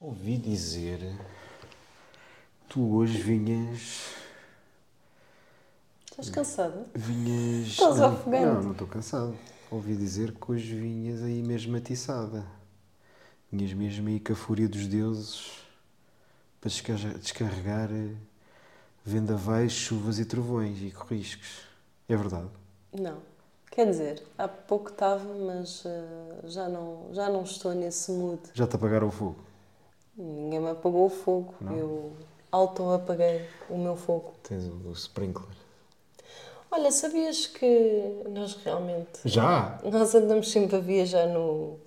Ouvi dizer. Tu hoje vinhas. Estás cansada? Vinhas. Estás não, ofegante. Não, não estou cansado. Ouvi dizer que hoje vinhas aí mesmo atiçada. Vinhas mesmo aí com a fúria dos deuses para descarregar, descarregar eh, vendavais, chuvas e trovões e corriscos. É verdade. Não. Quer dizer, há pouco estava, mas eh, já, não, já não estou nesse mood. Já te apagaram o fogo. Ninguém me apagou o fogo. Eu auto-apaguei o meu fogo. Tens o, o sprinkler. Olha, sabias que nós realmente. Já? Nós andamos sempre a viajar no.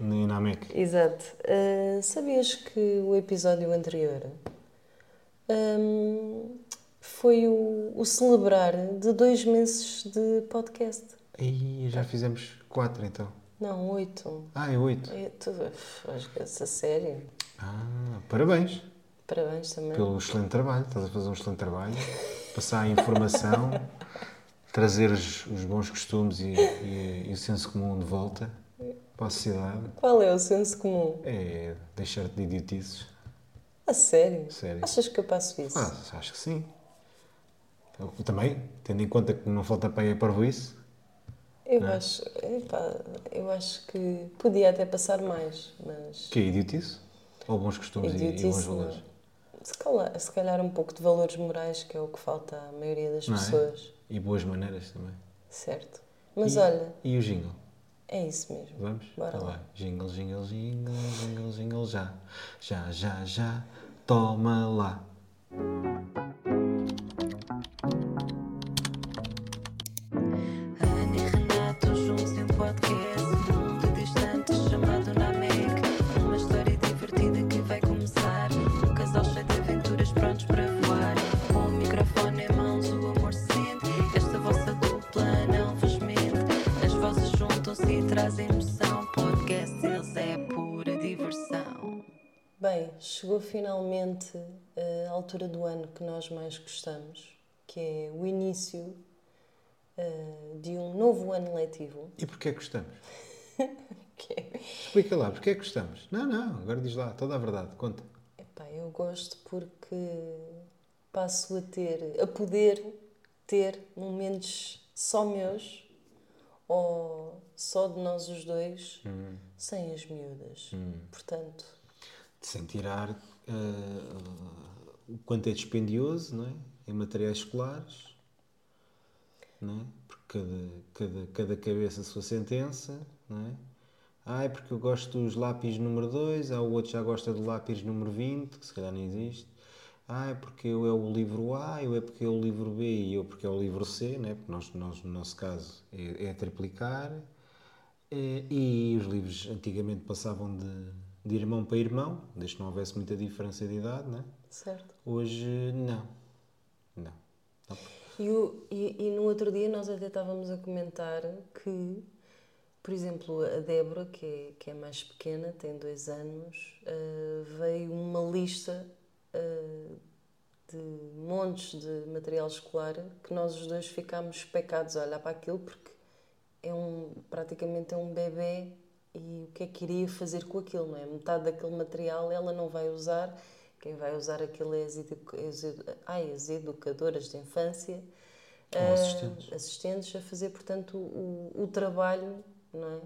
Nem na MEC. Exato. Eh, sabias que o episódio anterior hum, foi o, o celebrar de dois meses de podcast? Aí já fizemos quatro então. Não, oito. Ah, é oito. Eu tô- uf, Acho que essa série. Ah, parabéns Parabéns também. pelo excelente trabalho. Estás a fazer um excelente trabalho. Passar a informação, trazer os, os bons costumes e, e- e o senso comum de volta para a sociedade. Qual é o senso comum? É deixar-te de idiotices. A sério? Sério. Achas que eu passo isso? Ah, acho que sim. Eu também, tendo em conta que não falta é para ir para isso. eu né? acho. epá, eu acho que podia até passar mais, mas. Que é idiotice? Ou bons costumes e- e, bons idiotice não. valores? Se calhar, se calhar um pouco de valores morais, que é o que falta à maioria das Não é? pessoas, E boas maneiras também. certo? Mas E- olha, E o jingle? é isso mesmo. Vamos? Tá Bora lá. bem. Jingle, jingle, jingle, jingle, jingle, já. Já, já, já. Toma lá. Ana e Renato juntos em um podcast um Mundo distante chamado Namek Uma história divertida que vai começar Um casal cheio de aventuras prontos para voar Com o microfone em mãos o amor se sente Esta vossa dupla não vos mente As vozes juntam-se e trazem emoção Podcast eles é pura diversão Bem, chegou finalmente eh, a altura do ano que nós mais gostamos, que é o início eh, de um novo ano letivo. E porquê é que gostamos? Que é- Explica lá, porquê que gostamos? Não, não, agora diz lá, toda a verdade, conta. Epá, eu gosto porque passo a ter, a poder ter momentos só meus ou só de nós os dois, sem as miúdas. Portanto, Sem tirar ah, o quanto é dispendioso, não é? Em materiais escolares, não é? Porque cada, cada, cada cabeça a sua sentença, não é? Ah, é porque eu gosto dos lápis número 2, ah, o outro já gosta do lápis número 20, que se calhar nem existe. Ah, é porque eu é o livro A, eu é porque é o livro B e eu porque é o livro C, não é? Porque nós, nós, no nosso caso, é, é triplicar. Eh, E os livros antigamente passavam de, de irmão para irmão, desde que não houvesse muita diferença de idade, né? certo? Hoje, não. Não. Não. E, o- e- e no outro dia nós até estávamos a comentar que, por exemplo, a Débora, que é, que é mais pequena, tem dois anos, eh, veio uma lista eh, de montes de material escolar que nós os dois ficámos pecados a olhar para aquilo porque é um, praticamente é um bebê e o que é que iria fazer com aquilo, não é? Metade daquele material ela não vai usar, quem vai usar aquilo é as, edu- as edu- ai, as educadoras de infância, Ou ah, assistentes. assistentes a fazer, portanto, o, o trabalho, não é?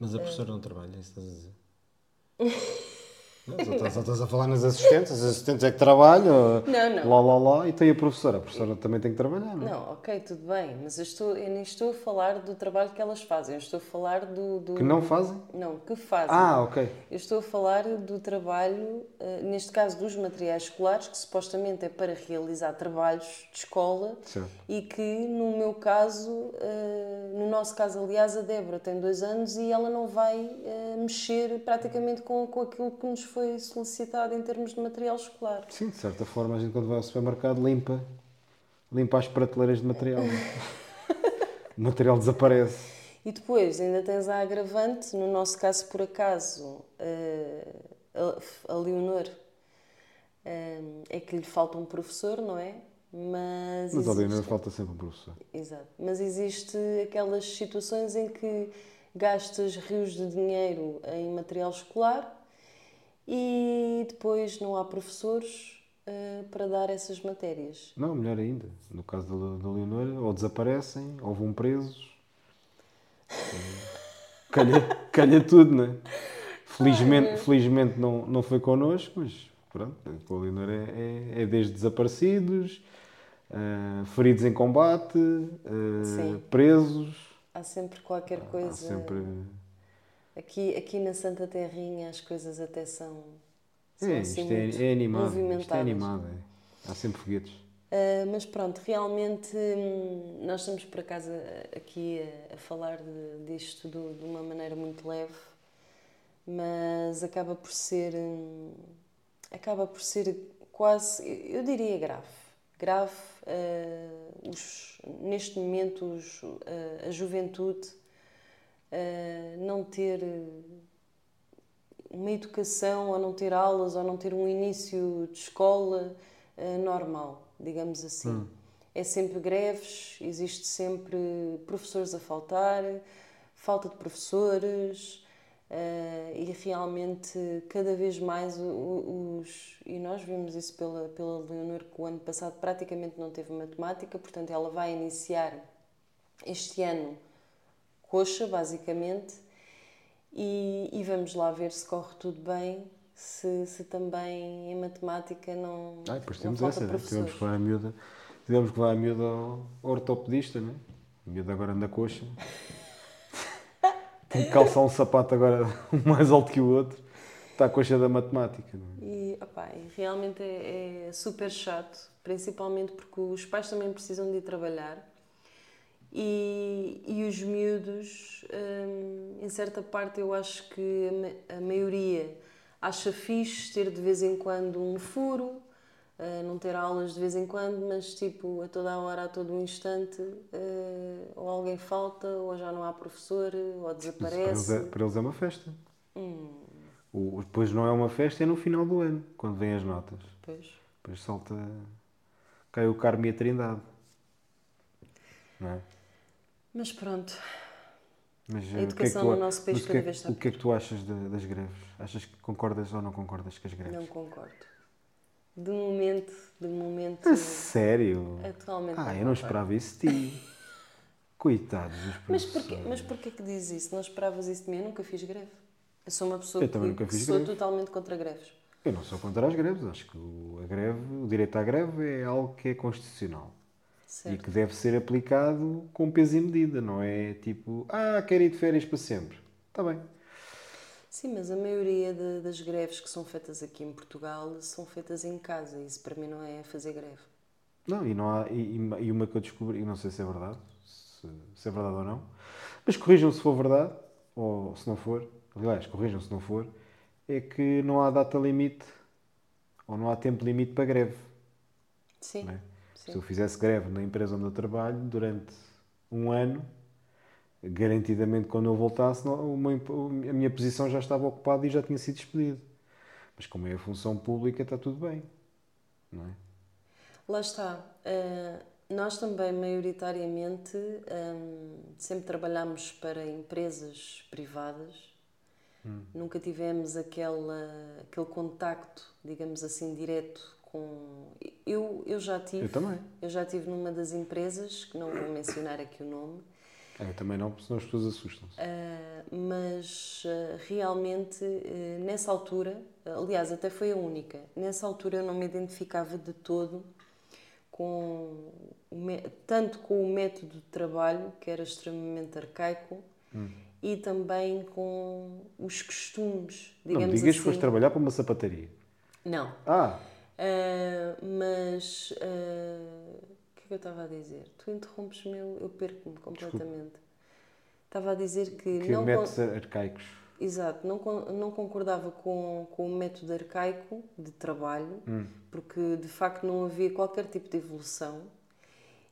Mas Eh, a professora não trabalha, é isso que estás a dizer. Não, só, estás, só estás a falar nas assistentes, as assistentes é que trabalham, Não, não. lá, lá, lá, e tem a professora. A professora também tem que trabalhar, não é? Não, ok, tudo bem, mas eu, estou, eu nem estou a falar do trabalho que elas fazem, eu estou a falar do. do- Que não fazem? Não, que fazem. Ah, ok. Eu estou a falar do trabalho, eh, neste caso dos materiais escolares, que supostamente é para realizar trabalhos de escola Certo. e que, no meu caso, eh, no nosso caso, aliás, a Débora tem dois anos e ela não vai eh, mexer praticamente com, com aquilo que nos foi solicitado em termos de material escolar. Sim, de certa forma, a gente quando vai ao supermercado limpa. Limpa as prateleiras de material. não é? o material desaparece. E depois ainda tens a agravante, no nosso caso, por acaso, eh, a, a Leonor eh, é que lhe falta um professor, não é? Mas, Mas ao existe- Leonor falta sempre um professor. Exato. Mas existe aquelas situações em que gastas rios de dinheiro em material escolar depois não há professores eh, para dar essas matérias. Não, melhor ainda. No caso da, Le- da Leonora, ou desaparecem, ou vão presos. Eh, Calha, calha tudo, não é? Felizmente, felizmente não, não foi connosco, mas pronto, com a Leonora é, é- é desde desaparecidos, ah, feridos em combate, ah, Sim. é. presos. Há sempre qualquer Há coisa. sempre. Aqui, aqui na Santa Terrinha as coisas até são. são É, assim isto é, muito é animado. Isto é movimentadas. animado. é. Há sempre foguetes. Uh, mas pronto, realmente hum, nós estamos por acaso uh, aqui a, a falar de, disto do- de uma maneira muito leve, mas acaba por ser hum, acaba por ser quase, eu eu diria grave. Grave uh, os, neste momento os, uh, a juventude uh, não ter uh, uma educação, ou não ter aulas, ou não ter um início de escola eh, normal, digamos assim. É sempre greves, existe sempre professores a faltar, falta de professores, eh, e realmente cada vez mais o- o- os. E nós vimos isso pela, pela Leonor, que o ano passado praticamente não teve matemática, portanto ela vai iniciar este ano coxa, basicamente, e, e vamos lá ver se corre tudo bem, se, se também em matemática não, Ah, e depois não temos essa, falta né? tivemos que professores. levar a miúda, tivemos que levar a miúda ao ao ortopedista, né? A miúda agora anda coxa. Tem que calçar um sapato agora um mais alto que o outro. Está a coxa da matemática, não é? E, opá, e realmente é, é super chato, principalmente porque os pais também precisam de ir trabalhar e, e os miúdos, hum, em certa parte, eu acho que a ma- a, maioria acha fixe ter de vez em quando um furo, eh, não ter aulas de vez em quando, mas tipo a toda a hora, a todo o instante, eh, ou alguém falta, ou já não há professor, ou Mas Para eles é, desaparece. para eles é uma festa. Hum. O- depois não é uma festa, é no final do ano, quando vêm as notas. Pois. Depois salta. cai o Carmo e a Trindade. Não é? Mas pronto. Mas, eh, o que é A que educação tu a- no nosso país mas o que é- cada vez está O que é que tu achas de- das greves? Achas que concordas ou não concordas com as greves? Não concordo. De momento, de momento, A sério? É atualmente. Ah, eu não concordo. esperava isso de ti. Coitados dos Mas professores. porquê, mas porquê que diz isso? Não esperavas isso de mim? Eu nunca fiz greve. Eu sou uma pessoa Eu que, também nunca que fiz sou greve. totalmente contra greves. Eu não sou contra as greves. Acho que o- a greve, o direito à greve é algo que é constitucional. E Certo. que deve ser aplicado com peso e medida, não é tipo, ah, quero ir de férias para sempre. Está bem. Sim, mas a maioria de- das greves que são feitas aqui em Portugal são feitas em casa. Isso para mim não é fazer greve. Não, e, não há, e, e- e uma que eu descobri, e não sei se é verdade, se, se é verdade ou não, mas corrijam se for verdade, ou se não for, aliás, corrijam se não for, é que não há data limite, ou não há tempo limite para greve. Sim. não é? Sim. Se eu fizesse greve na empresa onde eu trabalho durante um ano, garantidamente quando eu voltasse, não- o meu emp- a minha posição já estava ocupada e já tinha sido despedido. Mas como é a função pública, está tudo bem. Não é? Lá está. Eh, nós também, maioritariamente, hum, sempre trabalhamos para empresas privadas. Hum. Nunca tivemos aquela, aquele contacto, digamos assim, direto com. Eu, eu já tive. Eu também. Eu já tive numa das empresas, que não vou mencionar aqui o nome, Ah, Eu também não, porque senão as pessoas assustam-se. eh, mas eh, realmente, eh, nessa altura, aliás, até foi a única, nessa altura eu não me identificava de todo com o mé- tanto com o método de trabalho, que era extremamente arcaico, e também com os costumes, Não digamos me digas assim. que foste trabalhar para uma sapataria. Não, Ah, Ah, mas ah, o que é que eu estava a dizer? Tu interrompes-me, eu, eu perco-me completamente. Estava a dizer que, que não, con- métodos arcaicos. exato, não, con- não concordava com, com o método arcaico de trabalho, porque de facto não havia qualquer tipo de evolução.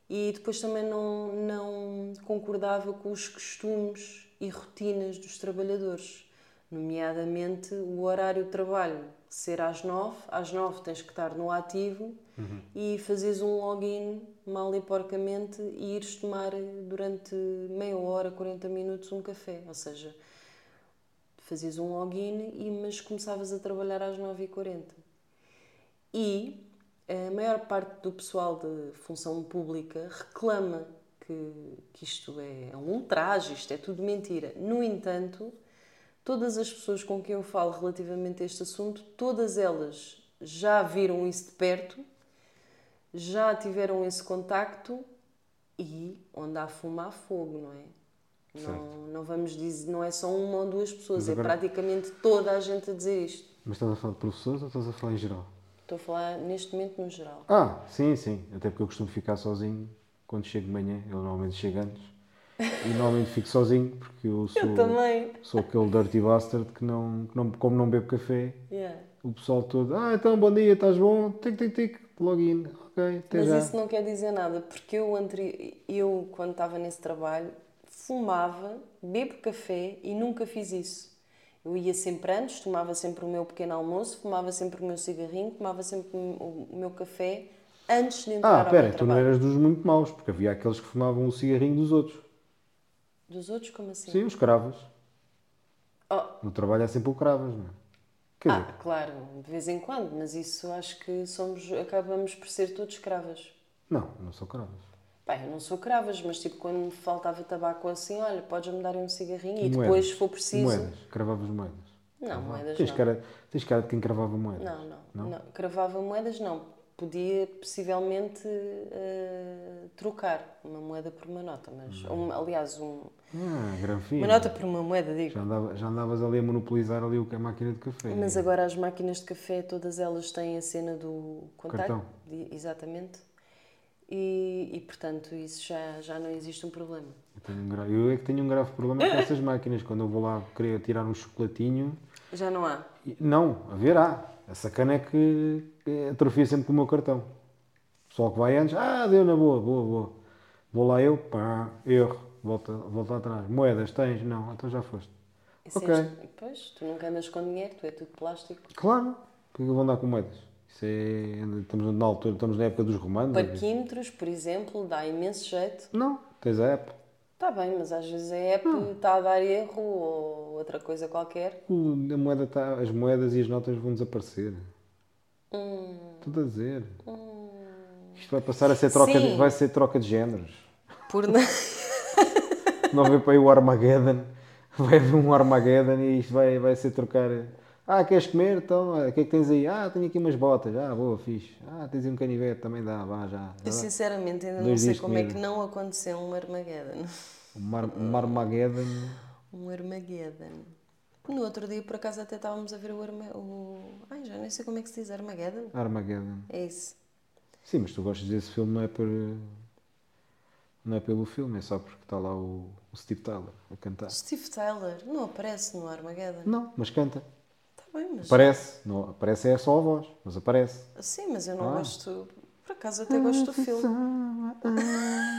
E depois também não, não concordava com os costumes e rotinas dos trabalhadores, nomeadamente o horário de trabalho ser às nove, às nove tens que estar no ativo e fazes um login mal e porcamente e ires tomar durante meia hora, 40 minutos um café, ou seja, fazias um login, e, mas começavas a trabalhar às 9h40. E a maior parte do pessoal de função pública reclama que, que isto é um ultraje, isto é tudo mentira. No entanto, todas as pessoas com quem eu falo relativamente a este assunto, todas elas já viram isso de perto, já tiveram esse contacto e onde há fumo há fogo, não é? Não, Certo. não vamos dizer, não é só uma ou duas pessoas, Mas é agora- praticamente toda a gente a dizer isto. Mas estás a falar de professores ou estás a falar em geral? Estou a falar neste momento no geral. Ah, sim, sim. Até porque eu costumo ficar sozinho quando chego de manhã. Eu normalmente chego antes. E normalmente fico sozinho porque eu sou, também. sou aquele dirty bastard que não, que não, como não bebo café, Yeah. o pessoal todo, ah, então bom dia, estás bom? Tic, tic, tic, login. Ok, até Mas já. isso não quer dizer nada, porque eu, anteri- eu quando estava nesse trabalho, fumava, bebo café e nunca fiz isso. Eu ia sempre antes, tomava sempre o meu pequeno almoço, fumava sempre o meu cigarrinho, tomava sempre o o meu café antes de entrar Ah, ao pera, meu tu não trabalho. eras dos muito maus, porque havia aqueles que fumavam o cigarrinho dos outros. Dos outros, como assim? Sim, os cravas. Oh, No trabalho há sempre o cravas, não é? Quer ah, dizer, claro, de vez em quando, mas isso acho que somos, acabamos por ser todos cravas. não, eu não sou cravas. Bem, eu não sou cravas, mas tipo, quando me faltava tabaco assim, olha, podes-me dar aí um cigarrinho e Moedas. depois, se for preciso. Moedas, cravavas moedas. Não, moedas Tens não. cara, tens cara de quem cravava moedas. Não, não, não, Cravava moedas, não. Podia possivelmente eh, trocar uma moeda por uma nota, mas. Hum. um- aliás, um- Ah, granfino. uma nota por uma moeda, digo. Já, andava- já andavas ali a monopolizar ali o que é a máquina de café. Mas agora as máquinas de café, todas elas têm a cena do contacto. Cartão. de- exatamente. E, e, portanto, isso já, já não existe um problema. Eu, tenho um gra- eu é que tenho um grave problema com essas máquinas. Quando eu vou lá querer tirar um chocolatinho. Já não há. e- Não, haverá. A sacana é que que atrofia sempre com o meu cartão. O pessoal que vai antes, ah, deu na boa, boa, boa. Vou lá eu, pá, erro, volta, volta atrás. Moedas tens? Não, então já foste. Isso Ok. é- pois, tu nunca andas com dinheiro, tu é tudo plástico. Claro, porque é eu vou andar com moedas. Isso é. Estamos na altura, estamos na época dos romanos. Parquímetros, por exemplo, dá imenso jeito. Não, tens a app. Está bem, mas às vezes a app está a dar erro ou outra coisa qualquer. O- a moeda tá- as moedas e as notas vão desaparecer. Hum. Tudo a dizer. Isto vai passar a ser troca, de, Sim. vai ser troca de géneros. Por na- Não haver para aí o Armageddon. Vai haver um Armageddon e isto vai, vai ser trocar. Ah, queres comer? Então, ah, o que é que tens aí? Ah, tenho aqui umas botas. Ah, boa, fixe. Ah, tens aí um canivete, também dá, vá já. Eu sinceramente ainda não Dois sei dias de como é que comida. não aconteceu um Armageddon. Um, Mar, Ah. um Armageddon. Um Armageddon. No outro dia, por acaso, até estávamos a ver o Armageddon. O... Ai, já nem sei como é que se diz Armageddon. Armageddon. É isso. Sim, mas tu gostas desse filme não é por. Não é pelo filme, é só porque está lá o, o Steve Tyler a cantar. Steve Tyler não aparece no Armageddon. Não, mas canta. Está bem, mas. Aparece. Não, aparece é só a voz, mas aparece. Sim, mas eu não Ah. gosto. Por acaso, até gosto do filme. ah,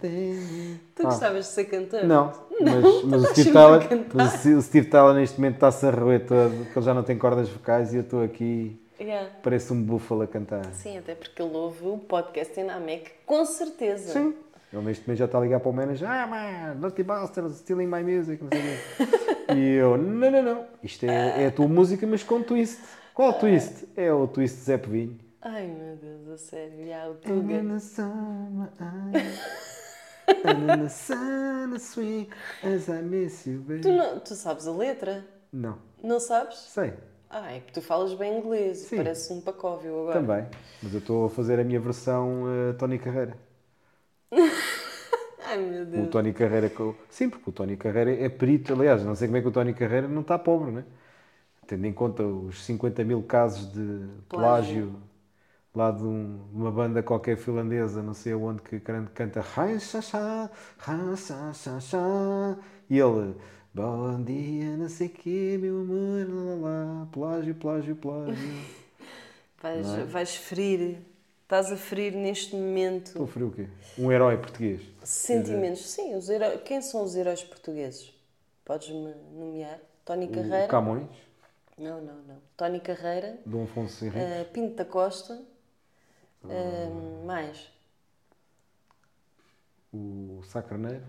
Tu Ah. gostavas de ser cantor? Não, mas, mas o, vais Steve sempre a Tyler, cantar. mas o Steve Tyler neste momento está-se a roer todo, porque ele já não tem cordas vocais e eu estou aqui, Yeah. parece um búfalo a cantar. Sim, até porque ele ouve o podcast Dynamic, com certeza. Sim. Ele neste momento já está a ligar para o manager. Ah, man, Dirty Bastards, stealing my music, não sei o quê. E eu, não, não, não. Isto é, é a tua música, mas com twist. Qual twist? É o twist de Zé Povinho. Ai meu Deus, a sério, já, o Uhum. Tuga. Tu, não, tu sabes a letra? Não, Não sabes? sei, Ah, é que tu falas bem inglês, Sim. parece um pacóvio agora. também. Mas eu estou a fazer a minha versão eh, Tony Carreira. Ai meu O Deus. Tony Carreira. co- Sim, porque o Tony Carreira é perito. Aliás, não sei como é que o Tony Carreira não está pobre, né? Tendo em conta os 50 mil casos de Plágio. plágio, lá de, um- de uma banda qualquer finlandesa, não sei aonde, que can- canta. "Rai, xa, xa, ra, xa, xa, xa", E ele. Bom dia, não sei o quê, meu amor, lá, lá, lá, plágio, plágio, plágio. Vais, é? vais ferir, estás a ferir neste momento Sofreu o quê? Um herói português. sentimentos. Sim, os heró- quem são os heróis portugueses? Podes-me nomear? Tony Carreira? O Camões, Não, não, não. Tony Carreira, uh, Dom Afonso Henrique. Ah. um, eh, Pinto da Costa, eh, mais. o Sacraneiro,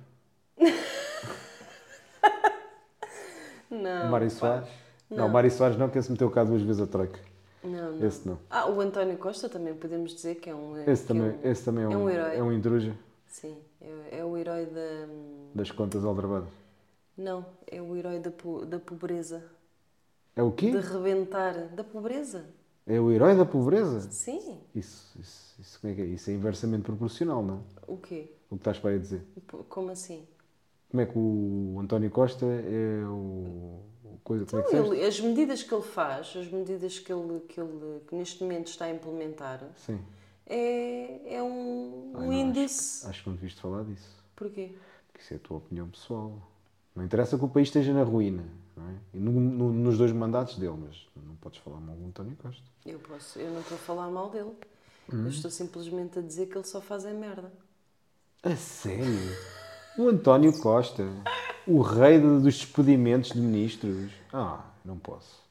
Não. o Mário Soares. Não, o Mário Soares não, que esse meteu cá duas vezes a troca. Não, não. Esse não. Ah, o António Costa também podemos dizer que é um. Esse que é também, um- esse também é um, é um herói. é um indrújo Sim, é, é o herói da. das contas aldrabadas. Não, é o herói da, po- da pobreza. É o quê? De rebentar. Da pobreza? É o herói da pobreza? Sim. Isso, isso, isso, como é que é? Isso é inversamente proporcional, não é? O quê? O que estás para aí dizer. P- Como assim? Como é que o António Costa é o. o Coisa, como é que Então, disseste? ele- as medidas que ele faz, as medidas que ele, que ele que neste momento está a implementar, Sim. é, é Ai, um, um não, acho- índice. Acho que não deviste falar disso. Porquê? Porque isso é a tua opinião pessoal. Não interessa que o país esteja na ruína, não é? E no- no- nos dois mandatos dele, mas não podes falar mal do António Costa. Eu posso, eu não estou a falar mal dele. Hum. Eu estou simplesmente a dizer que ele só faz é merda. A sério? O António Costa, o rei do- dos despedimentos de ministros. Ah, não posso.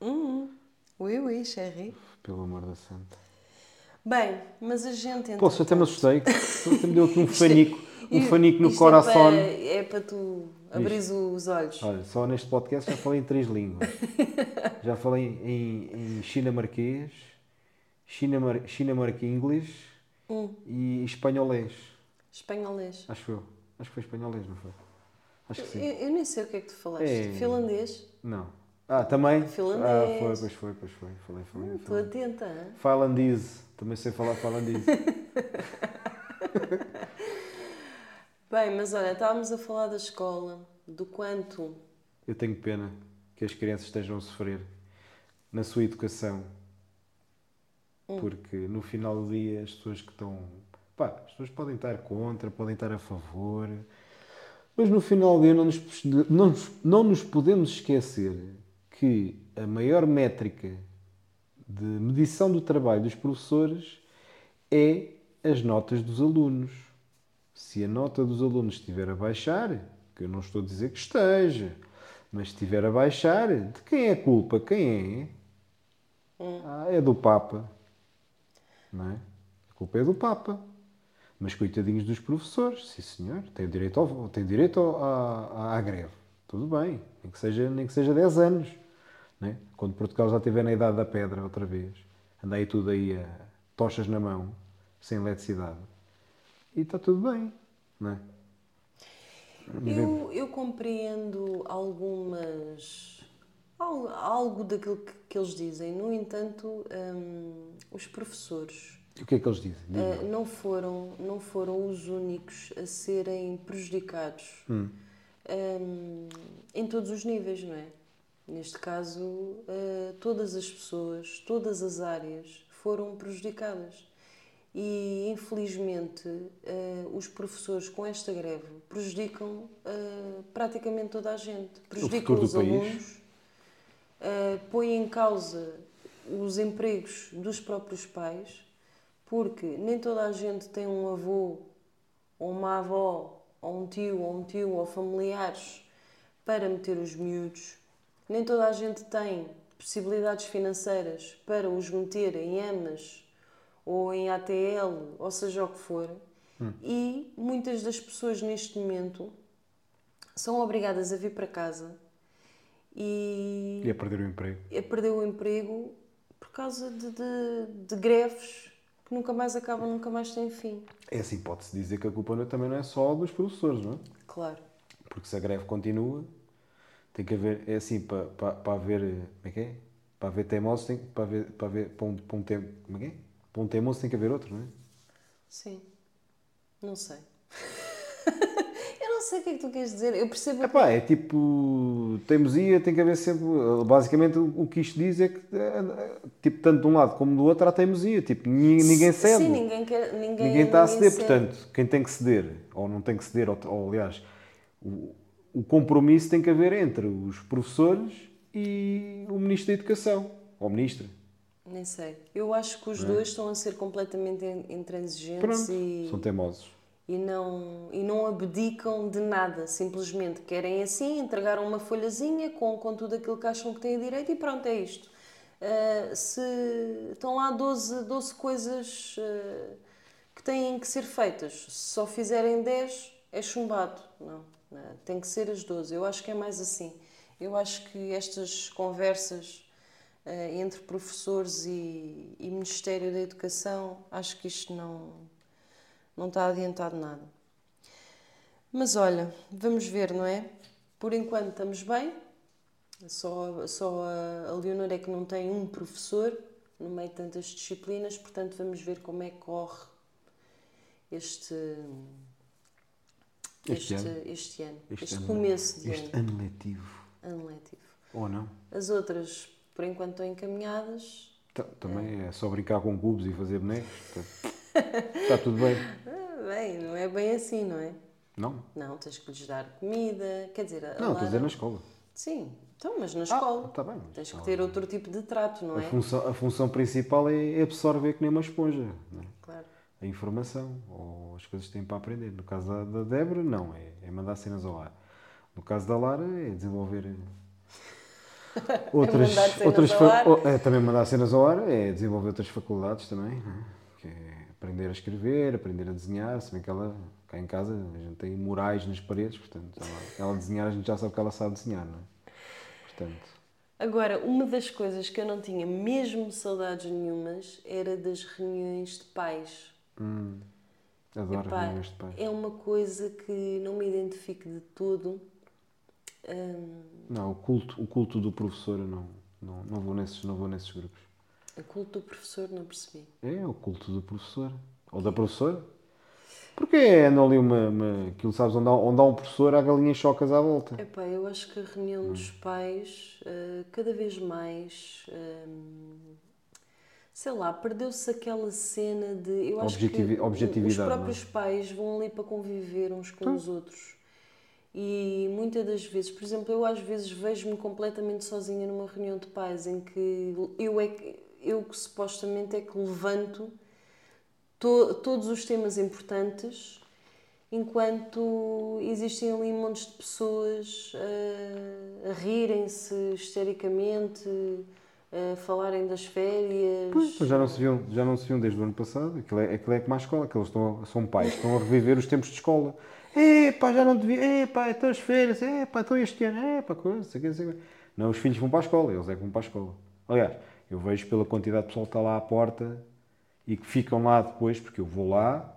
Ui, ui, é Sherry. Pelo amor da santa. Bem, mas a gente então. Posso, até me assustei. que Até me deu aqui um fanico. Um Isto- fanico no isto coração. É para, é para tu abrir os olhos. Olha, só neste podcast já falei em três línguas. Já falei em, em chinamarquês, chinamar, chinamarque inglês Hum. e espanholês. Espanholês. Acho eu. Acho que foi espanholês, não foi? Acho que Eu, sim. eu nem sei o que é que tu falaste. É. Finlandês. Não. Ah, também? Finlandês. Hum, Ah, foi, pois foi, pois foi. Falei, falei. Estou falei. atenta, hã? Finlandese. Também sei falar finlandês. Bem, mas olha, estávamos a falar da escola, do quanto. Eu tenho pena que as crianças estejam a sofrer na sua educação. Porque no final do dia as pessoas que estão. Pá, as pessoas podem estar contra, podem estar a favor. Mas no final do dia não nos, não, nos- não nos podemos esquecer que a maior métrica de medição do trabalho dos professores é as notas dos alunos. Se a nota dos alunos estiver a baixar, que eu não estou a dizer que esteja, mas estiver a baixar, de quem é a culpa? Quem é? Ah, é do Papa. Não é? A culpa é do Papa. Mas coitadinhos dos professores, sim senhor, têm direito, ao, têm direito ao- à, à- à greve. Tudo bem, nem que seja, nem que seja 10 anos. não é? Quando Portugal já estiver na idade da pedra outra vez, andei tudo aí a tochas na mão, sem eletricidade. E está tudo bem, não é? Eu, eu compreendo algumas. al- algo daquilo que, que eles dizem. No entanto, hum, os professores E o que é que eles dizem? Diz-me. eh, não, foram, não foram os únicos a serem prejudicados hum, em todos os níveis, não é? Neste caso, eh, todas as pessoas, todas as áreas foram prejudicadas. E, infelizmente, eh, os professores com esta greve prejudicam eh, praticamente toda a gente. Prejudicam futuro do os país. alunos, eh, põe em causa os empregos dos próprios pais, porque nem toda a gente tem um avô ou uma avó ou um tio ou um tio ou familiares para meter os miúdos. Nem toda a gente tem possibilidades financeiras para os meter em AMAs ou em ATL, ou seja o que for. E muitas das pessoas neste momento são obrigadas a vir para casa e E a perder o emprego. a perder eh, o emprego por causa de, de- de greves que nunca mais acabam, nunca mais têm fim. É assim, pode-se dizer que a culpa não- também não é só dos professores, não é? Claro. Porque se a greve continua, tem que haver, é assim, para, para, para haver, eh, como é que é? Para haver teimosos, tem, para, haver, para, haver, para, um, para, um tem, como é que é? para um teimoso tem que haver outro, não é? Sim. Não sei. Eu não sei o que é que tu queres dizer. Eu percebo. Epá, é tipo, teimosia tem que haver sempre, basicamente o o que isto diz é que, eh, tipo, tanto de um lado como do outro há teimosia, tipo, ni- ninguém cede. Sim, ninguém quer. Ninguém, Ninguém está a ninguém ceder, cede. portanto, quem tem que ceder, ou não tem que ceder, ou, ou, aliás, o, o compromisso tem que haver entre os professores e o Ministro da Educação, ou Ministra. Nem sei. Eu acho que os dois estão a ser completamente in- intransigentes é? Pronto, e, são teimosos. e, não, e não abdicam de nada. Simplesmente querem assim, entregaram uma folhazinha com, com tudo aquilo que acham que têm direito e pronto, é isto. Ah, se estão lá 12, 12 coisas ah, que têm que ser feitas. Se só fizerem 10, é chumbado. Não, não, tem que ser as 12. Eu acho que é mais assim. Eu acho que estas conversas eh, entre professores e, e Ministério da Educação, acho que isto não, não está adiantado nada. Mas olha, vamos ver, não é? Por enquanto estamos bem, só, só a, a Leonor é que não tem um professor no meio de tantas disciplinas, portanto vamos ver como é que corre este, Este este, este ano, ano. este, Este ano. começo de Este ano, ano letivo. ano letivo. Ou não? As outras, por enquanto, estão encaminhadas. Ta- Também é só brincar com cubos e fazer bonecos. Está tudo bem. Ah, bem, não é bem assim, não é? Não? Não, tens que lhes dar comida, quer dizer, a Não, estou a Lara- dizer na escola. Sim, então, mas na escola. tá bem, mas Tens que tá ter outro tipo de trato, não A é? função, a função principal é absorver que nem uma esponja. não é? Claro. A informação ou as coisas que têm para aprender. No caso da, da Débora, não. É, é mandar cenas ao ar. No caso da Lara, é desenvolver. eh, Outras, É mandar cenas outras ao fa- ar. o- é, também mandar cenas ao ar é desenvolver outras faculdades também, não é? que é aprender a escrever, aprender a desenhar, se bem que ela, cá em casa, a gente tem murais nas paredes, portanto, ela, ela desenhar, a gente já sabe que ela sabe desenhar, não é? Portanto, Agora, uma das coisas que eu não tinha mesmo saudades nenhumas era das reuniões de pais. adoro Pá, reuniões de pais. é uma coisa que não me identifico de todo. Hum, Não, o culto, o culto do professor eu não, não, não, vou nesses, não vou nesses grupos. a culto do professor não percebi. É o culto do professor. Ou da professora. Porque é andam ali uma. uma aquilo sabes, onde há, onde há um professor, há galinhas chocas à volta. Epá, eu acho que a reunião Hum. dos pais, eh, cada vez mais, eh, sei lá, perdeu-se aquela cena de. Eu acho Objetivi- que os objetividade, não é? Então. próprios pais vão ali para conviver uns com os outros. E muitas das vezes, por exemplo, eu às vezes vejo-me completamente sozinha numa reunião de pais em que eu é que, eu que supostamente é que levanto to- todos os temas importantes, enquanto existem ali montes de pessoas ah, a rirem-se histericamente, a falarem das férias. Então já, não se viam, já não se viam desde o ano passado. Aquilo é, aquilo é como a escola, aqueles estão, são pais, estão a reviver os tempos de escola. Epá, já não devia. Epá, estão as férias. Epá, estão este ano. Epá, coisa, sei o quê, não sei o quê. Não, os filhos vão para a escola, eles é que vão para a escola. Aliás, eu vejo pela quantidade de pessoal que está lá à porta e que ficam lá depois, porque eu vou lá,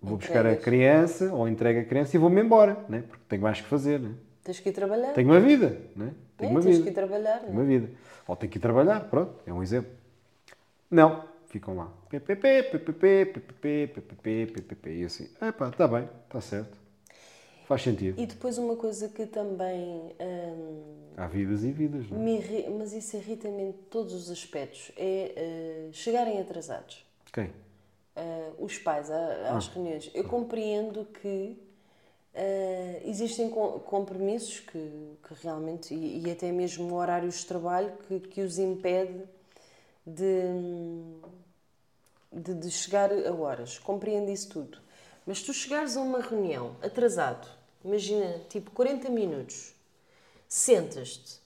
vou buscar a Entregas. criança ou entrego a criança e vou-me embora, né? porque tenho mais que fazer. Né? Tens que ir trabalhar. Tenho uma vida. Né? Tenho É, uma tens vida que ir trabalhar. tem não é? uma vida. Ou tem que ir trabalhar, pronto, é um exemplo. Não, ficam lá. PPP, PPP, PPP, PPP, PPP. E assim, epá, está bem, está certo. Faz sentido. E depois uma coisa que também ah, Há vidas e vidas, não é? Me irri- mas isso irrita-me em todos os aspectos. É eh, chegarem atrasados. Quem? Eh, os pais a- às reuniões. Eu compreendo que eh, existem com- compromissos que, que realmente, e, e até mesmo horários de trabalho, que, que os impede de, de, de chegar a horas. Compreendo isso tudo. Mas tu chegares a uma reunião atrasado, imagina, tipo 40 minutos, sentas-te,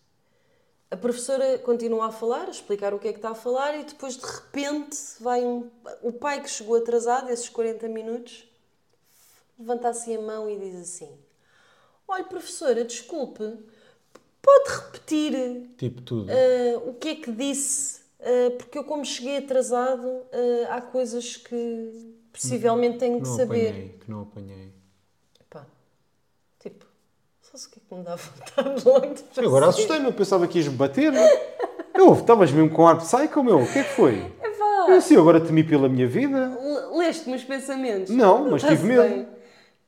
a professora continua a falar, a explicar o que é que está a falar e depois de repente vai um- o pai que chegou atrasado, esses 40 minutos, levanta assim a mão e diz assim: Olha, professora, desculpe, pode repetir Tipo tudo. ah, o que é que disse? Ah, porque eu, como cheguei atrasado, ah, há coisas que possivelmente tenho de não saber. apanhei, que não apanhei. Pá, tipo, só se o que é que me dá vontade logo de fazer. Agora assustei-me, eu pensava que ias-me bater. é? Eu, estavas mesmo com ar psycho, meu. O que é que foi? Vá, Eu assim, eu agora temi pela minha vida. le- leste meus pensamentos? Não, mas está-se tive medo. bem.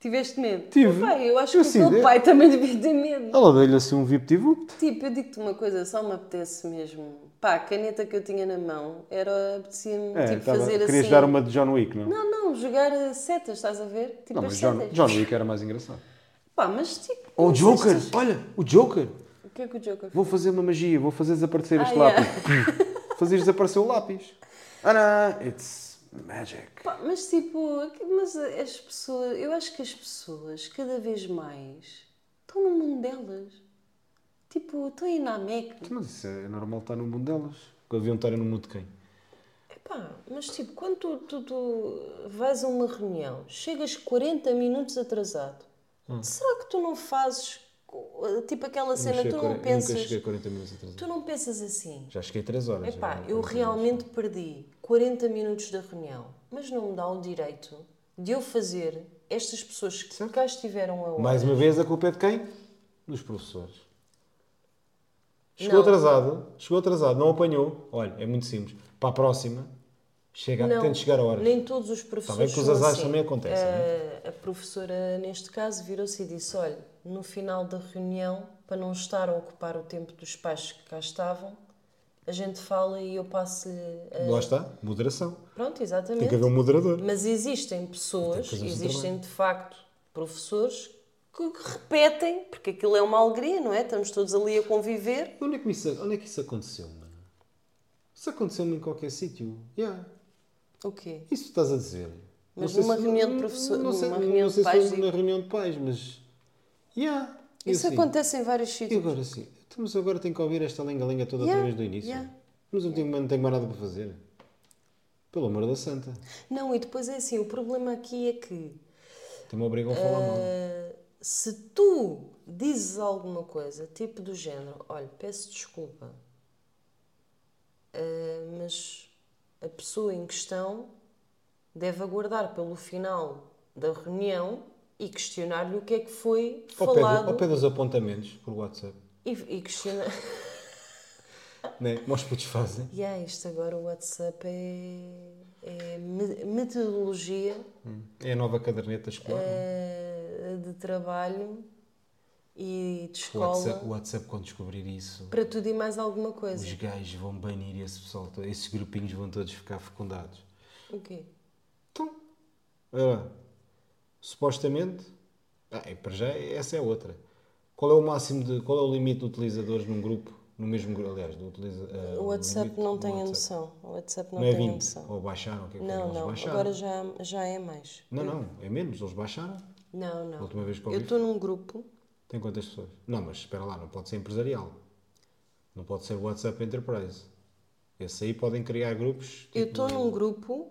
Tiveste medo? Tive. Pá, eu acho Eu que sim, o teu eu- pai também devia ter medo. Ela deu-lhe assim um vip-tivup. Tipo, eu digo-te uma coisa, só me apetece mesmo. Pá, a caneta que eu tinha na mão era, apetecia-me É, tipo, tava- fazer querias assim. dar uma de John Wick, não? Não, Não, não, jogar eh, setas, estás a ver? Tipo as mas John, setas. John Wick era mais engraçado. Pá, mas tipo. Ou o não sei Joker, se- olha, o Joker. O que é que o Joker Vou fazer uma magia, vou fazer desaparecer Ah, este yeah. lápis. fazer desaparecer o lápis. Ah, não, it's magic. Pá, mas tipo, aqui- mas as pessoas. Eu acho que as pessoas, cada vez mais, estão no mundo delas. Tipo, estão aí na América. Mas isso é normal estar no mundo delas. Deviam estar no mundo de quem? Pá, mas tipo, quando tu, tu- tu vais a uma reunião, chegas 40 minutos atrasado, Hum. será que tu não fazes co- tipo aquela cena, cheguei tu a não 40 Nunca cheguei pensas, a 40 minutos atrasado. tu não pensas assim? Já cheguei 3 horas. Epá, já, eu portanto, realmente perdi 40 minutos da reunião, mas não me dá o direito de eu fazer estas pessoas que cá estiveram a Mais uma vez, a culpa é de quem? Dos professores. Chegou Não. atrasado, chegou atrasado, não apanhou. Olha, é muito simples. Para a próxima, chega, Não, tenta chegar a horas. Nem todos os Também professores. que os são azares assim. também acontecem, é? A- A professora, neste caso, virou-se e disse: Olha, no final da reunião, para não estar a ocupar o tempo dos pais que cá estavam, a gente fala e eu passo-lhe. a-" Lá está, moderação. Pronto, Tem que exatamente. haver um moderador. Mas existem pessoas, Tem que fazer um o seu existem de facto professores que que repetem, porque aquilo é uma alegria, não é? Estamos todos ali a conviver. Onde é que isso, onde é que isso aconteceu, mano? Isso aconteceu em qualquer sítio. Yeah. O quê? Isso que estás a dizer. Mas Não sei numa se- reunião de não- professor- não sei, numa não reunião sei de se pais, foi digo. na reunião de pais, mas. Yeah, eu Isso sei. acontece em vários E sítios. agora sim, estamos agora tenho que ouvir esta lenga-lenga toda Yeah, outra vez do início. yeah. Mas eu não tenho, não tenho mais nada para fazer. Pelo amor da santa. Não, e depois é assim: o problema aqui é que Até-me obrigam a falar mal. Uh, se tu dizes alguma coisa, tipo do género, olha, peço desculpa, uh, mas a pessoa em questão deve aguardar pelo final da reunião e questionar-lhe o que é que foi Ao pé, do- falado ao pé dos apontamentos por WhatsApp. e, e questionar. Né? Como os putos fazem. e yeah, isto agora o WhatsApp é, é me- metodologia É a nova caderneta escolar. não é? uh, de trabalho e de O escola. WhatsApp, o WhatsApp, quando descobrir isso, Para tudo e mais alguma coisa. os gajos vão banir esse pessoal todo. Esses grupinhos vão todos ficar fecundados. O quê? Então, olha lá. supostamente, ah, é, para já essa é outra. Qual é o máximo de, qual é o limite de utilizadores num grupo, no mesmo grupo, aliás, do utiliza, ah, O WhatsApp limite não do tem a WhatsApp. noção. O WhatsApp não, Não é tem a 20, noção. ou baixaram, o que é que Não, eles não. baixaram. Agora já, já é mais. Não, não, é menos, eles baixaram. Não, A não. última vez que Tipo Eu ouvi, estou num grupo. tem quantas pessoas? Não, mas espera lá, não pode ser empresarial. Não pode ser WhatsApp Enterprise. Esse aí podem criar grupos. Eu tipo, estou num grupo,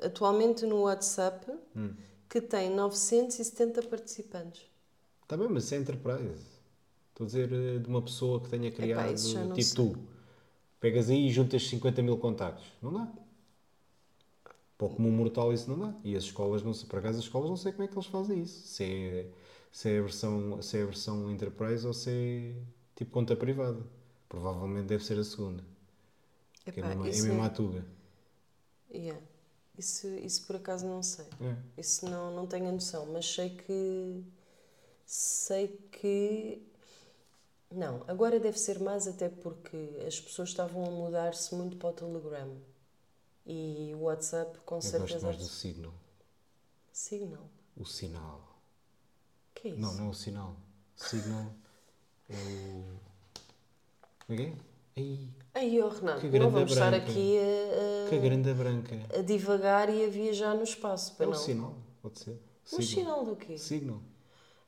atualmente no WhatsApp, Hum. que tem 970 participantes. Está bem, mas isso é enterprise. Estou a dizer eh, de uma pessoa que tenha criado, isso já não tipo sei. tu. Pegas aí e juntas 50 mil contactos. Não dá. Para o comum mortal isso não dá. E as escolas, não sei, para acaso as escolas não sei como é que eles fazem isso. Se é, se é, a, versão, se é a versão enterprise ou se é tipo conta privada. Provavelmente deve ser a segunda. Que é Epá, mesmo- é isso, é- mesmo a tuga. yeah. isso, isso por acaso não sei. É. Isso não, não tenho a noção, mas sei que. Sei que. Não, agora deve ser mais até porque as pessoas estavam a mudar-se muito para o Telegram. E o WhatsApp, com Eu gosto certeza. mais do signal. Signal. O sinal. Que é isso? Não, não é o sinal. Signal é o. Como é que é? Aí, Aí, ó Renato, Que não grande vamos estar branca. aqui que a a, grande branca. a, a divagar e a viajar no espaço. É Para o não. sinal, pode ser. Um sinal do quê? Signal.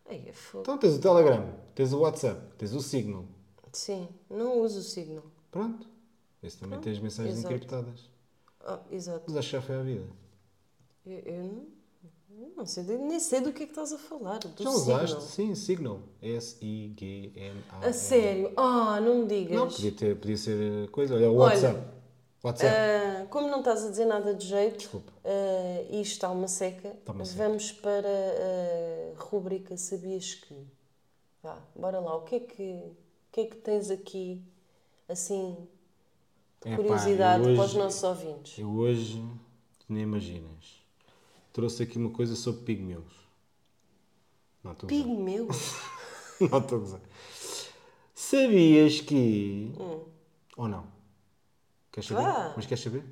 Ai, é fogo. Então tens o Telegram, tens o WhatsApp, tens o Signal. Sim, não uso o Signal. Pronto. Esse também tem as mensagens exato. encriptadas. Ah, exato. Mas a chave é a vida. Eu, eu não, eu não sei, de- nem sei do que é que estás a falar. Do Já usaste? Signal. Sim, Signal. S-I-G-N-A. A sério? Ah, não me digas. Não, podia, ter, podia ser coisa. Olha, o Olha. WhatsApp. WhatsApp. Ah, como não estás a dizer nada de jeito, Desculpa. ah, e isto está uma seca, uma seca. vamos para a rubrica Sabias que? Vá, bora lá, o que é que, o que, é que tens aqui, assim, de Epá, curiosidade eu para os hoje- nossos ouvintes? Eu hoje, nem imaginas, trouxe aqui uma coisa sobre pigmeus. Não estou a gozar. Pigmeu? Não estou a gozar. Sabias que. Ou não? Queres saber? Vá. Mas queres saber?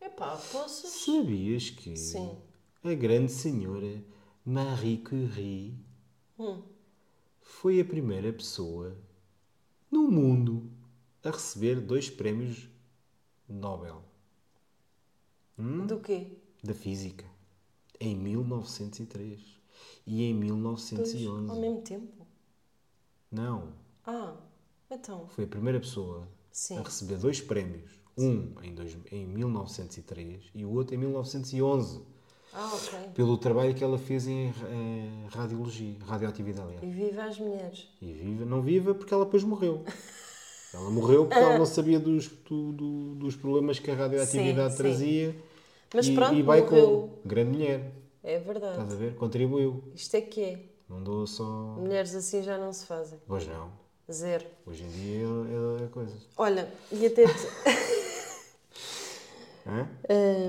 Epá, poças. Sabias que. Sim. A grande senhora Marie Curie foi a primeira pessoa no mundo a receber dois prémios Nobel Hum? Do quê? da física em 1903 e em Dois, 1911. ao mesmo tempo? Não, Ah, então, foi a primeira pessoa Sim. a receber dois prémios, Um em, dois, em 1903 e o outro em 1911, Ah, ok. pelo trabalho que ela fez em, eh, radiologia, radioatividade, aliás. E viva as mulheres. E viva, não viva porque ela depois morreu. Ela morreu porque ela não sabia dos, do- do- dos problemas que a radioatividade Sim, sim. trazia. Mas e, pronto, e vai morreu. com grande mulher, É estás a verdade. ver? Contribuiu. Isto é que é. Não dou só. Mulheres assim já não se fazem. Pois não. Zero. Hoje em dia é, é coisa. Olha, e até. te- Hã?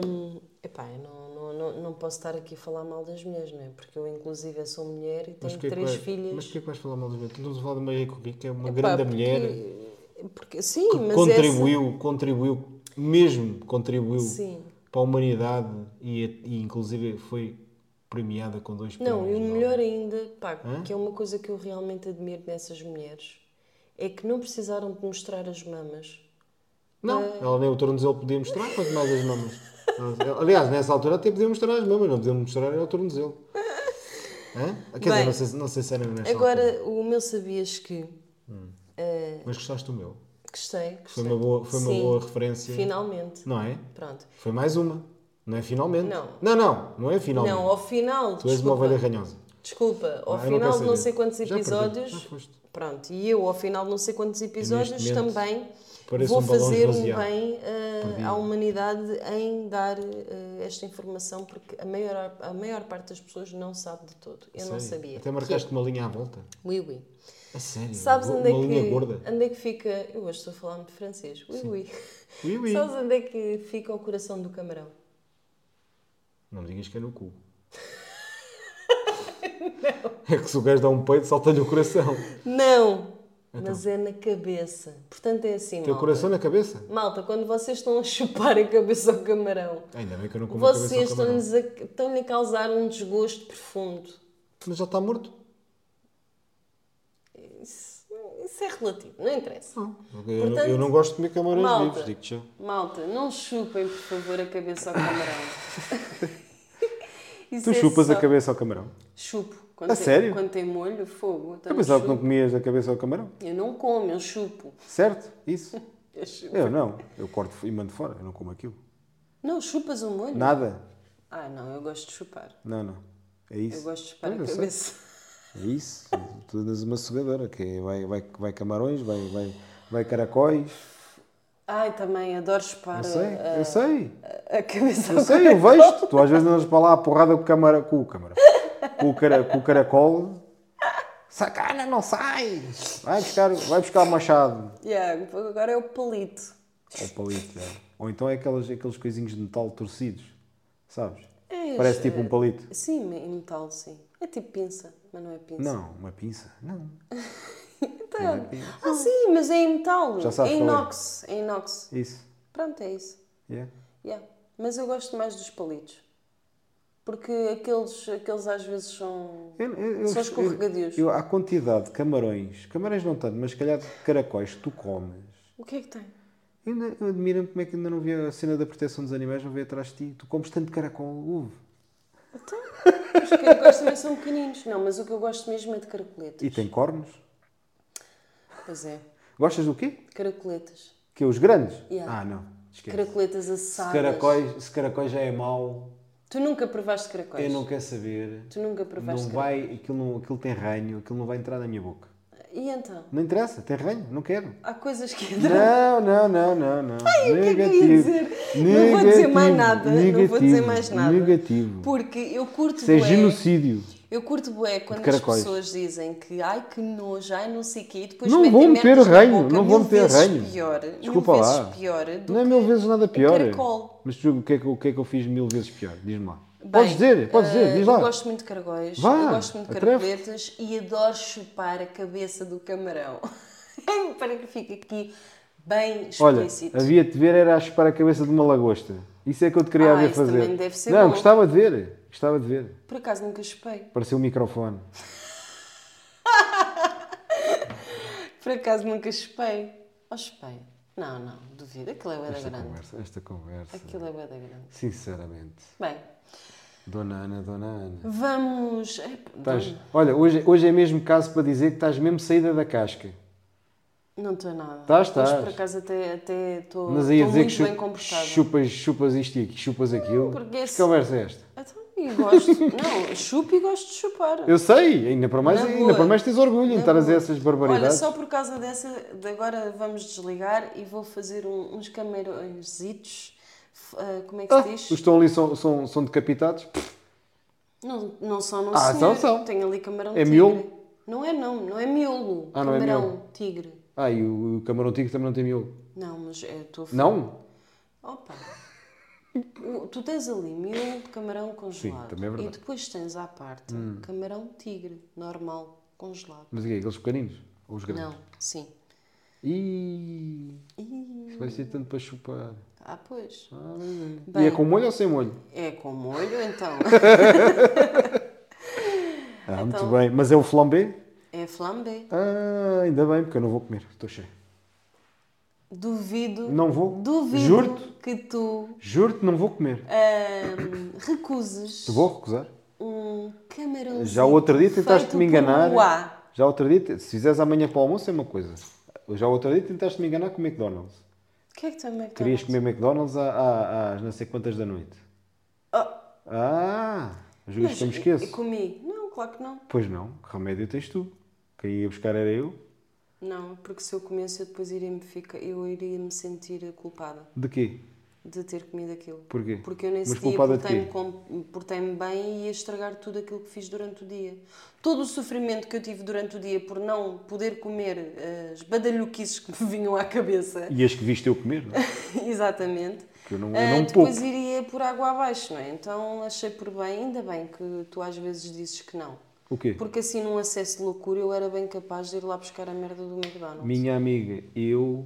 Hum, epá, eu não, não, não, não posso estar aqui a falar mal das mulheres, não é? Porque eu, inclusive, eu sou mulher e tenho porquê que três vai- filhas. Mas porquê que é vais falar mal do vento? Estamos a falar de Maria Corrêa, que é uma Epá, grande porque- mulher. Porque, sim, mas contribuiu, contribuiu, mesmo contribuiu essa. Sim. para a humanidade e, e inclusive foi premiada com dois Não, e o prémios. é? Nobel. melhor ainda, pá, Hã? que é uma coisa que eu realmente admiro nessas mulheres, é que não precisaram de mostrar as mamas. Não, ela nem o tornozelo podia mostrar, quanto mais as mamas. Aliás, nessa altura até podia mostrar as mamas, não podia mostrar era o tornozelo. Hã? Quer dizer, Bem, não sei, se- não sei se era nessa altura. Agora, o meu sabias que. eh, Mas gostaste do meu. gostei, Foi gostei. uma boa, foi uma Sim, boa referência. Finalmente. Não é? Pronto. Foi mais uma. Não é finalmente? Não. Não, não, não é finalmente. Não, ao final. tu és uma desculpa. ovelha ranhosa. Desculpa, ao Ah, eu final quero de não saber. sei quantos Já perdi, episódios. já foste. pronto, e eu ao final de não sei quantos episódios momento, também parece vou um balão fazer um esvaziado. bem eh, Perdido. à humanidade em dar eh, esta informação, porque a maior, a maior parte das pessoas não sabe de todo. Eu não Sério? sabia. Até marcaste Que uma linha à volta. é- Oui, oui. A sério? Sabes uma onde é, linha gorda. que, onde é que fica. Eu hoje estou a falar muito francês. Oui, oui. Ui, ui. Sabes onde é que fica o coração do camarão? Não me digas que é no cu. É que se o gajo dá um peito, salta-lhe o coração. Não! Então. Mas é na cabeça. Portanto, é assim. Tem o malta. coração na cabeça. Malta, quando vocês estão a chupar a cabeça ao camarão, Ainda bem que eu não como a vocês cabeça ao camarão. estão-lhes a, estão-lhe a causar um desgosto profundo. Mas já está morto. Isso, isso é relativo, não interessa. Hum. Eu, não- Portanto, eu não gosto de comer camarões malta. vivos, digo-te já. Malta, não chupem, por favor, a cabeça ao camarão. Isso Tu é chupas só- a cabeça ao camarão? Chupo. Quando A tem, sério? Quando tem molho, fogo. então Eu pensava que chupo. não comias a cabeça ao camarão. Eu não como, eu chupo. Certo? Isso. Eu chupo. Eu não. Eu corto e mando fora. Eu não como aquilo. Não, chupas o molho? Nada. Ah, não, eu gosto de chupar. Não, não. É Eu isso. gosto de chupar Olha, a eu sei. cabeça. É isso. Tu andas uma sugadora, que é- vai, vai, vai camarões, vai, vai, vai caracóis. Ai, também adoro chupar Eu sei, a, eu sei. a- a cabeça Eu ao sei, eu vejo. Tu às vezes andas para lá à porrada com o camara, com o câmara. Com o, cara, com o caracol. Sacana, não sai! Vai buscar, vai buscar o machado. Yeah, agora é o palito. Ou palito, é. Ou então é aquelas, aqueles coisinhos de metal torcidos, sabes? É, Parece é- tipo um palito. Sim, em metal, sim. É tipo pinça, mas não é pinça. Não, uma pinça. Não. é Então, ah, sim, mas é em metal. Já sabes é qual é. inox. É inox. Isso. Pronto, é isso. Yeah. Yeah. Mas eu gosto mais dos palitos. Porque aqueles, aqueles às vezes são. Eu- eu- eu- São escorregadios. eu- eu- A quantidade de camarões, camarões não tanto, mas se calhar de caracóis que tu comes. O que é que tem? Eu, ainda- eu admiro-me como é que ainda não vi a cena da proteção dos animais, não veio atrás de ti. Tu comes tanto caracol, uve. Os que eu gosto também são pequeninos. Não, mas o que eu gosto mesmo é de caracoletas. E tem cornos. Pois é, Gostas do quê? de caracoletas. Que é os grandes? Yeah. Ah, não. Esquece. Caracoletas Se assadas. caracóis, se caracóis já é mau, Tu nunca provaste caracóis. eu não quero saber. Tu nunca provaste Não vai, aquilo, não- aquilo tem ranho, aquilo não vai entrar na minha boca. caracóis. E então? Não interessa, tem ranho, não quero. Há coisas que Não, não, não, não, não. Ai, o que é que eu ia dizer? Não vou dizer mais nada, não vou dizer mais nada. Negativo. Porque eu curto Isso é bué- genocídio. Eu curto bué quando as caracóis. pessoas dizem que ai que nojo, ai não sei o quê, e depois Não metem vão merdas meter na ranho, boca, não mil vão meter vezes ranho. Pior, mil Desculpa vezes lá. pior do não é que- mil vezes nada pior. caracol. Mas tu, o que, é que, o que é que eu fiz mil vezes pior? Diz-me lá. Bem, podes dizer, podes dizer, eh, diz lá. Eu gosto muito de caragóis, Vá, eu gosto muito de atreve-te. caracoletas e adoro chupar a cabeça do camarão. Para que fique aqui bem Olha, explícito. havia de ver era a chupar a cabeça de uma lagosta. Isso é que eu te queria Ah, ver isso fazer. também deve ser não, bom. gostava de ver. Gostava de ver. Por acaso nunca chupei. Pareceu um microfone. Por acaso nunca chupei. Ou chupei? Não, não, duvido. Aquilo é bué da Esta grande. conversa, esta conversa. Aquilo é bué da grande. Sinceramente. Bem, Dona Ana, dona Ana. vamos. Epá, Então- Estás- olha, hoje, hoje é mesmo caso para dizer que estás mesmo saída da casca. Não estou nada. Estás, Hoje, por estás. acaso, até até estou Mas estou aí a dizer muito que bem chu- comportada. chupas, chupas isto e aqui, chupas aquilo. porque Que esse- conversa é esta? Então, e gosto. não, chupo e gosto de chupar. Eu sei, ainda para mais, Na ainda boa. para mais tens orgulho em Na estar a dizer boa. essas Olha, barbaridades. só por causa dessa, de agora vamos desligar e vou fazer um- uns camarõezitos. f- ah, como é que Ah, se os diz? que estão ali são, são, são decapitados. Não, não são, não Ah, senhor. são, são. Tenho ali camarão É tigre. miolo? Não é não, não é miolo. Ah, não é camarão miolo. tigre. Ah, e o, o camarão tigre também não tem miolo. Não, mas eu estou a falar. Não? Opa! O- Tu tens ali miolo de camarão congelado. também é verdade. Hum. E depois tens à parte camarão tigre, normal, congelado. Mas o quê? Aqueles pequeninos? Ou os grandes? Não, sim. Ih, Ih, vai ser tanto para chupar. Ah, pois. e Bem, é com molho ou sem molho? é com molho então. Ah, Então- muito bem. Mas é o flambé? É flambé. Ah, ainda bem, porque eu não vou comer. Estou cheio. Duvido. Não vou. Duvido Hum. Juro-te. que tu Juro-te, não vou comer. ahm, recuses Te vou recusar. um camarão. Já o outro dia tentaste-me enganar. Um A. Já outro dia, te- se fizeres amanhã para o almoço é uma coisa. Já outro dia tentaste-me enganar com o McDonald's. O que é que tu é Querias comer McDonald's à- à- às não sei quantas da noite. Oh, Ah, juras mas que eu me esqueço. e- e Comi. Não, claro que não. Pois não, que remédio tens tu? Quem ia buscar era eu. Não, porque se eu comesse eu depois iria-me ficar, eu iria me sentir culpada De quê? de ter comido aquilo. Porquê? Porque eu nesse Mas dia culpada de quê? portei-me com- portei-me bem e ia estragar tudo aquilo que fiz durante o dia. Todo o sofrimento que eu tive durante o dia por não poder comer eh, as badalhoquices que me vinham à cabeça, E as que viste eu comer, não é? exatamente, Que eu não- eu ah, não depois poupo. iria por água abaixo, não é? Então achei por bem, ainda bem que tu às vezes dizes que não. O quê? Porque assim, num acesso de loucura, eu era bem capaz de ir lá buscar a merda do McDonald's. Minha amiga, eu.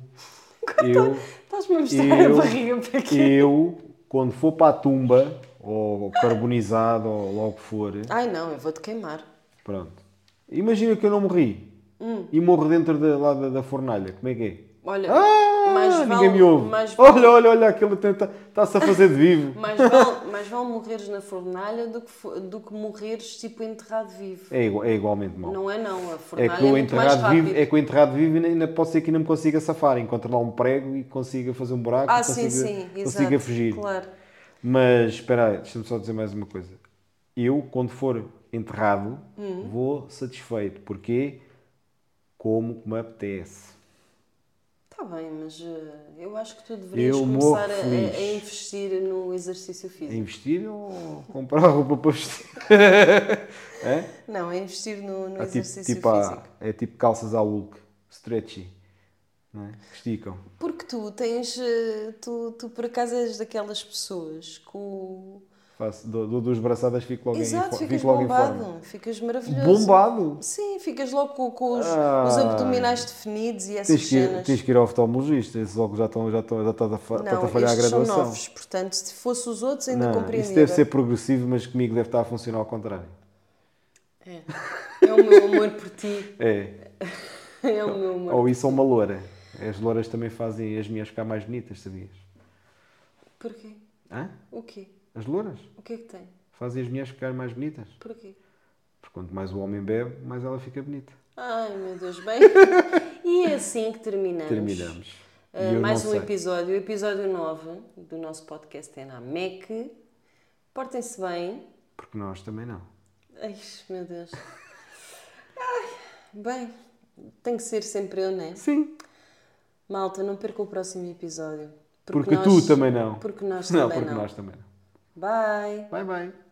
eu. Estás-me a mostrar a barriga para Eu. quê? Eu, quando for para a tumba, ou carbonizado, ou logo que for. Ai não, eu vou-te queimar. Pronto. Imagina que eu não morri. Hum. E morro dentro da, lá da, da fornalha. Como é que é? Olha, Ah, mais ninguém vale- me ouve. mais vale- olha, olha, olha, aquele está-se a fazer de vivo. mais, vale, mais vale morreres na fornalha do que, fo- do que morreres tipo enterrado vivo. É, igu- é igualmente mau. Não é não, a É fornalha é, que, o muito mais enterrado rápido. vivo, é que o enterrado vivo ainda- ainda pode ser que não me consiga safar. Encontro lá um prego e consiga fazer um buraco Ah, e sim, consiga, sim, consiga exato. fugir. Claro. Mas espera aí, deixa-me só dizer mais uma coisa. Eu, quando for enterrado, Hum. vou satisfeito. Porque como me apetece. Está Tá bem, mas eh, eu acho que tu deverias Eu morro começar a, a- feliz. a investir no exercício É físico. investir ou comprar roupa para vestir? é? Não, é investir no, no Há tipo, exercício tipo há- físico. é tipo calças à Hulk, stretchy, não é? Que esticam. Porque tu tens. eh, Tu, tu por acaso és daquelas pessoas que o. Faço, dou, dou duas braçadas, fico logo, Exato, em, fo- ficas fico logo em forma. bombado, ficas maravilhoso. Bombado? Sim, ficas logo com, com os, Ah. os abdominais definidos e essas Tens que, ir, cenas. tens que ir ao oftalmologista, esses óculos já estão, já estão, já está a, fa- está a não, falhar a estes são graduação. novos, portanto, se fosse os outros ainda não, compreendia. isso deve ser progressivo, mas comigo deve estar a funcionar ao contrário. É. É o meu amor por ti, É, é o meu amor. ou isso ou uma loura. As louras também fazem as minhas ficar mais bonitas, sabias? Porquê? Hã? O quê? As louras O que é que tem? fazem as mulheres ficar mais bonitas. Porquê? Porque quanto mais o homem bebe, mais ela fica bonita. Ai, meu Deus, bem. e é assim que terminamos. Terminamos. E Ah, eu mais não um sei. episódio, o episódio 9 do nosso podcast é na MEC. Portem-se bem. Porque nós também não. Ai, meu Deus. Ai, bem, tem que ser sempre eu, né? Sim. Malta, não perca o próximo episódio. Porque tu também não. Porque nós não, também porque não. nós também não. Bye! Bye bye.